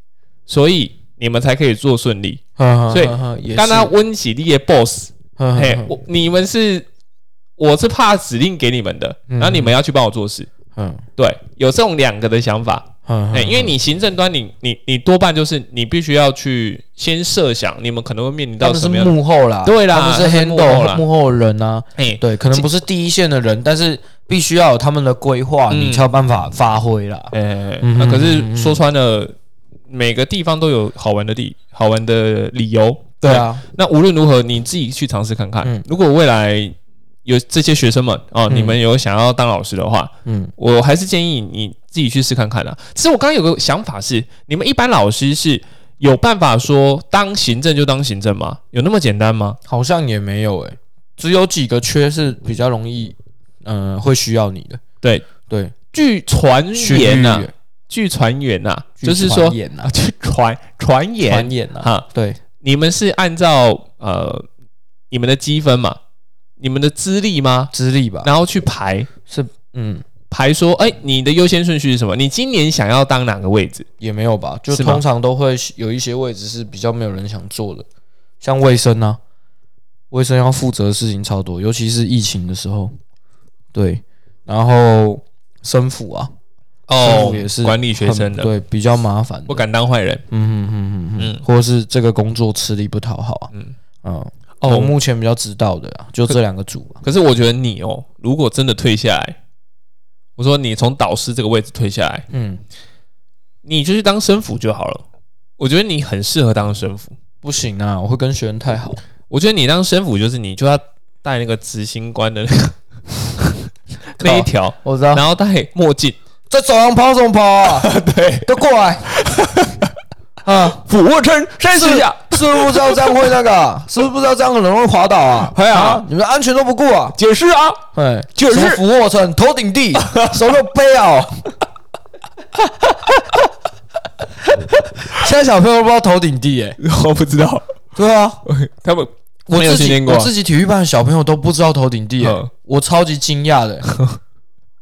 B: 所以你们才可以做顺利。
A: 嗯嗯
B: 所以
A: 嗯嗯也是嗯
B: 刚刚温喜利的 boss
A: 哼
B: 嘿
A: 哼，
B: 我你们是我是怕指令给你们的，
A: 嗯
B: 然后你们要去帮我做事。
A: 哼
B: 对，有这种两个的想法，
A: 哼
B: 哎、
A: 哼
B: 因为你行政端你你你多半就是你必须要去先设想你们可能会面临
A: 他
B: 到
A: 们是
B: 什么样的，
A: 幕后啦，
B: 对啦
A: 他们
B: 他
A: 是
B: 们是幕后
A: handle
B: 啦
A: 幕后人啊，
B: 哎、
A: 对，可能不是第一线的人，但是必须要有他们的规划，
B: 嗯
A: 你才有办法发挥啦。
B: 哎，
A: 嗯
B: 那
A: 哼
B: 可
A: 嗯哼
B: 是说穿了，每个地方都有好玩的地、好玩的理由。
A: 对，啊，
B: 那无论如何，你自己去尝试看
A: 嗯
B: 看。如果未来有这些学生们啊，你们有想要当老师的话，
A: 嗯，
B: 我还是建议你自己去试看看啦。其实我刚刚有个想法是，你们一般老师是有办法说当行政就当行政吗？有那么简单吗？
A: 好像也没有诶、欸只有几个缺是比较容易，嗯、会需要你的。
B: 对
A: 对，
B: 据传
A: 训
B: 言呐
A: 育，员
B: 据传言呐，
A: 去
B: 就是
A: 传
B: 说
A: 言
B: 啊，
A: 啊，
B: 据传传言
A: 传言啊，
B: 哈。
A: 对，
B: 你们是按照呃你们的积分嘛，你们的资历吗？
A: 资历吧，
B: 然后去排
A: 是嗯
B: 排说，哎、你的优先顺序是什么？你今年想要当哪个位置？
A: 也没有吧，就是
B: 吗
A: 通常都会有一些位置是比较没有人想做的，像卫生啊，卫生要负责的事情超多，尤其是疫情的时候，对，然后生辅啊，政府也是
B: 哦管理学生
A: 很
B: 的，
A: 对，比较麻烦的，
B: 不敢当坏人。
A: 嗯嗯嗯嗯
B: 嗯
A: 嗯，或者是这个工作吃力不讨好啊，嗯
B: 嗯
A: 嗯，我
B: 哦，
A: 目前比较知道的啊，就这两个组吧，
B: 可是我觉得你哦，如果真的退下来，我说你从导师这个位置退下来，
A: 嗯，
B: 你就去当生辅就好了。我觉得你很适合当生辅。
A: 不行啊，我会跟学生太好，
B: 我觉得你当生辅就是你就要带那个执行官的那个那一条，
A: 我知道，
B: 然后戴墨镜。
A: 在走廊跑什么跑啊，
B: 对，
A: 都过 来，啊。
B: 俯卧撑三
A: 是是不是不知道这样会那个 啊？是不是不知道这样很容易滑倒啊？
B: 哎呀
A: 啊，你们安全都不顾啊！
B: 解释啊，
A: 哎，
B: 就是
A: 什么俯卧撑、头顶 地、手肘背啊、哦。现在小朋友都不知道头顶地、哎，
B: 我不知道，
A: 对啊，
B: 他们
A: 我
B: 没有
A: 自
B: 训
A: 己
B: 练过
A: 我，自己体育班的小朋友都不知道头顶地、哎
B: 嗯
A: 我超级惊讶 的、哎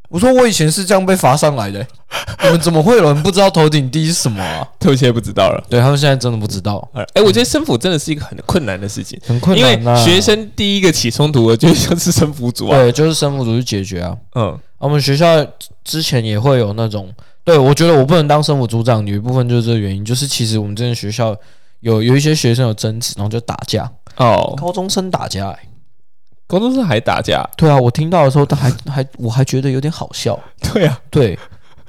A: 我说我以前是这样被罚上来的、 哎你们怎么会有人不知道头顶地是什么啊？
B: 特些不知道了。
A: 对他们现在真的不知道，
B: 哎、我觉得生辅真的是一个很困难的事情，
A: 很困
B: 因为
A: 难、啊。
B: 学生第一个起冲突，我觉得就是生辅组啊。
A: 对，就是生辅组去解决啊。
B: 嗯，
A: 我们学校之前也会有那种，对我觉得我不能当生活组长，有一部分就是这个原因，就是其实我们之前学校有有一些学生有争执，然后就打架，
B: 哦，
A: 高中生打架、欸，
B: 高中生还打架，
A: 对啊，我听到的时候，他还还我还觉得有点好笑，
B: 对啊，
A: 对，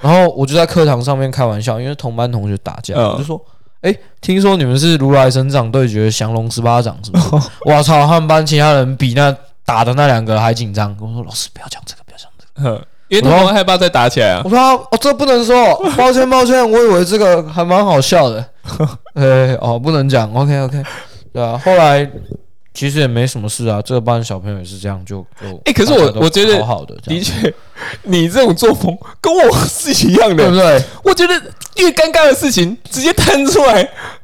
A: 然后我就在课堂上面开玩笑，因为同班同学打架，
B: 嗯
A: 我就说。哎，听说你们是如来神掌对决降龙十八掌，是吗？ 我操，他们班其他人比那打的那两个还紧张。我说老师不要讲这个，不要 讲这个。
B: 哼嗯因为他们害怕再打起来啊。
A: 我说、啊、哦，这不能说，抱歉抱歉，我以为这个还蛮好笑 的。哎，哦，不能讲，OK OK，对啊。后来其实也没什么事啊，这个班小朋友也是这样，就就
B: 哎可是我
A: 大家都
B: 我觉得
A: 好好的，这
B: 的
A: 样
B: 确，你这种作风跟我是一样
A: 对不
B: 的。
A: 对？
B: 我觉得越尴尬的事情直接摊出来，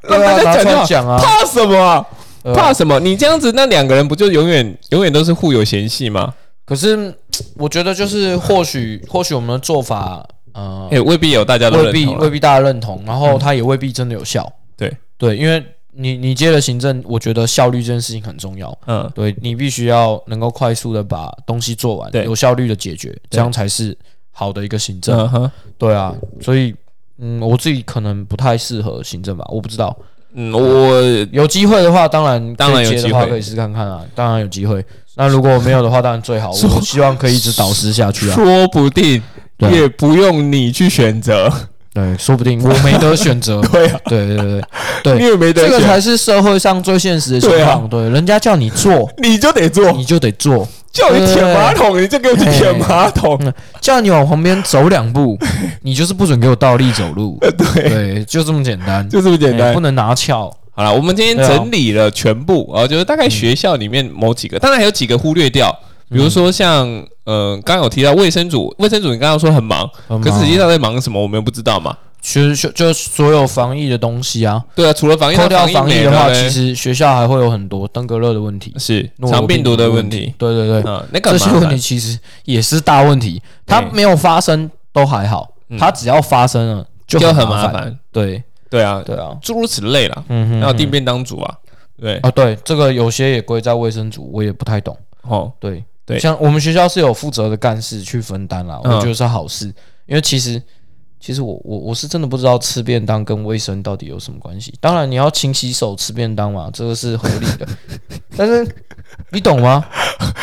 B: 让
A: 对啊，拿
B: 大家
A: 出
B: 讲就
A: 来
B: 好。
A: 讲啊，
B: 怕什么啊？
A: 对啊
B: 怕什么？你这样子，那两个人不就永远永远都是互有嫌隙吗？
A: 可是我觉得就是或许或许我们的做法，呃，
B: 哎、未必有大家都
A: 未
B: 认
A: 必
B: 同啊嗯
A: 未必大家认同，然后他也未必真的有效。
B: 对
A: 对，因为你你接了行政，我觉得效率这件事情很重要。
B: 嗯，
A: 对你必须要能够快速的把东西做完，
B: 对
A: 有效率的解决，这样才是好的一个行政。
B: 嗯哼，
A: 对啊，所以嗯，我自己可能不太适合行政吧，我不知道。
B: 嗯，我
A: 有机会的话，当然可以
B: 当然有
A: 接的
B: 机
A: 话
B: 会
A: 可以试看看啊，当然有机会。那如果没有的话，当然最 好。我希望可以一直导师下去啊。
B: 说不定
A: 对啊
B: 也不用你去选择，
A: 对，说不定我没得选择。
B: 对啊，
A: 对对对对
B: 你
A: 对，
B: 也没
A: 这
B: 得
A: 个
B: 选，
A: 才是社会上最现实的情况。
B: 啊
A: 对，人家叫你做，
B: 你就得做，
A: 你就得 做。
B: 叫你舔马桶，你就给我去舔马桶，
A: 叫你往旁边走两 步，你就是不准给我倒立走路。对就这么简单，
B: 就这么简
A: 哎
B: 单
A: 不。能拿翘。
B: 好了，我们今天
A: 啊
B: 整理了全部啊，就是大概学校里面某几个，当然还有几个忽略掉，
A: 嗯
B: 比如说像呃，刚刚有提到卫生组，卫生组你刚刚说很忙，
A: 可
B: 可是实际上在忙什么，我们又不知道嘛。
A: 其实就就所有防疫的东西啊，
B: 对啊，除了防疫，
A: 扣掉
B: 那
A: 防
B: 疫
A: 疫
B: 没
A: 的
B: 了
A: 话，
B: 嘞
A: 其实学校还会有很多登革热的问题、
B: 是
A: 诺
B: 肠
A: 如
B: 病毒
A: 的
B: 的问题。
A: 对对对，
B: 嗯，那
A: 这
B: 个很
A: 些
B: 麻
A: 问
B: 烦
A: 题其实也是大问题，它
B: 对
A: 没有发生都还好，
B: 嗯
A: 它只要发生了就
B: 就很
A: 麻
B: 麻烦。
A: 对
B: 对啊，
A: 对啊，
B: 诸如此类啦。
A: 嗯哼
B: 还有订便当组啊，对，
A: 啊，对，这个有些也归在卫生组，我也不太懂。
B: 哦，
A: 对
B: 对
A: 像我们学校是有负责的干事去分担啦，
B: 嗯
A: 我觉得是好事，因为其实其实我我我是真的不知道吃便当跟卫生到底有什么关系。当然你要勤洗手吃便当嘛，这个是合理的，但是你懂吗？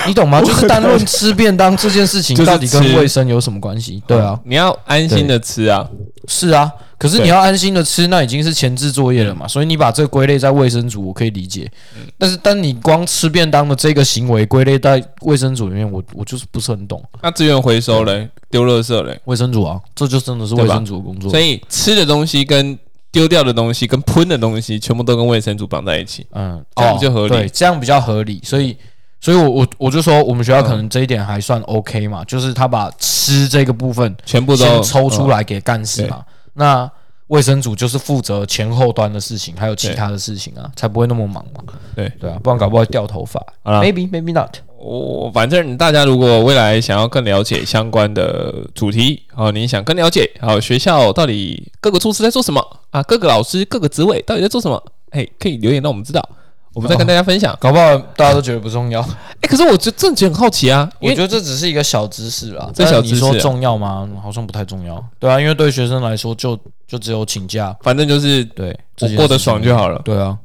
A: 你懂 吗？就是单论吃便当这件事情
B: 就是
A: 到底跟
B: 吃
A: 卫生有什么关系？对啊，，
B: 哦你要安心的吃啊，
A: 是啊。可是
B: 对嗯
A: 你要安心的吃，那已经是前置作业了嘛，所以你把这个归类在卫生组，我可以理解。但是，但你光吃便当的这个行为归类在卫生组里面，我我就是不是很懂。
B: 那资源回收嘞，丢垃圾嘞，
A: 卫生组啊，这就真的是
B: 对
A: 卫
B: 吧
A: 生组的工作
B: 所。以吃的东西跟丢掉的东西跟喷的东西，全部都跟卫生组绑在一起。
A: 嗯，
B: 这样比较合理
A: 哦对，这样比较合理。所以，所以我我我就说，我们学校可能这一点还算 OK 嘛，就是他把吃这个部分
B: 全部都
A: 先抽出来给干事嘛。那卫生组就是负责前后端的事情，还有其他的事情啊，才不会那么忙嘛。
B: 对
A: 对啊啊，不然搞不好掉头发。
B: 哦好啦
A: Maybe maybe not。
B: 我反正大家如果未来想要更了解相关的主题，哦，你想更了解，哦，学校到底各个处室在做什么啊？各个老师、各个职位到底在做什么？哎、可以留言让我们知道，我们再跟大家分享。
A: 搞不好大家都觉得不重要，
B: 哎、可是我就真的觉得很好奇啊，因
A: 我觉
B: 为
A: 得这只是一个小知识啦。
B: 这
A: 但
B: 小知识
A: 你说
B: 啊
A: 重要吗？好像不太重要。对啊，因为对学生来说就，就只有请假，
B: 反正就是
A: 对，
B: 我
A: 这件
B: 过得
A: 事情
B: 爽就好了。
A: 对啊，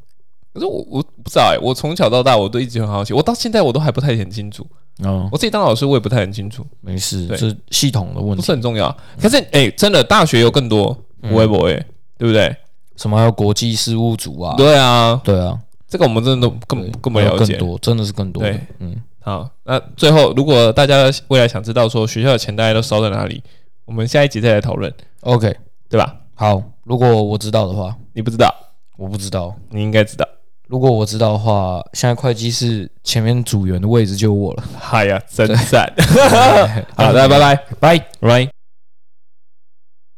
B: 可是我我不知道哎、我从小到大我都一直很好奇，我到现在我都还不太很清楚，
A: 嗯，
B: 我自己当老师我也不太很清楚，
A: 没事，
B: 对
A: 这系统的问
B: 不
A: 题，
B: 是很重要。可是哎、真的大学有更多
A: 嗯
B: 微博哎，对不对？
A: 什么还有国际事务组啊，
B: 对啊，
A: 对啊，
B: 这个我们真的都更
A: 对
B: 更不
A: 还有
B: 了解
A: 更。多，真的是更多的
B: 对，
A: 嗯，
B: 好，那最后，如果大家未来想知道说学校的钱大概都烧在哪里，我们下一集再来讨论，
A: ，OK，
B: 对吧？
A: 好，如果我知道的话，
B: 你不知道，
A: 我不知道，
B: 你应该知道。
A: 如果我知道的话，现在会计是前面组员的位置就我了，
B: 嗨呀，真赞！
A: 对
B: 好的，拜拜，
A: 拜。
B: 拜。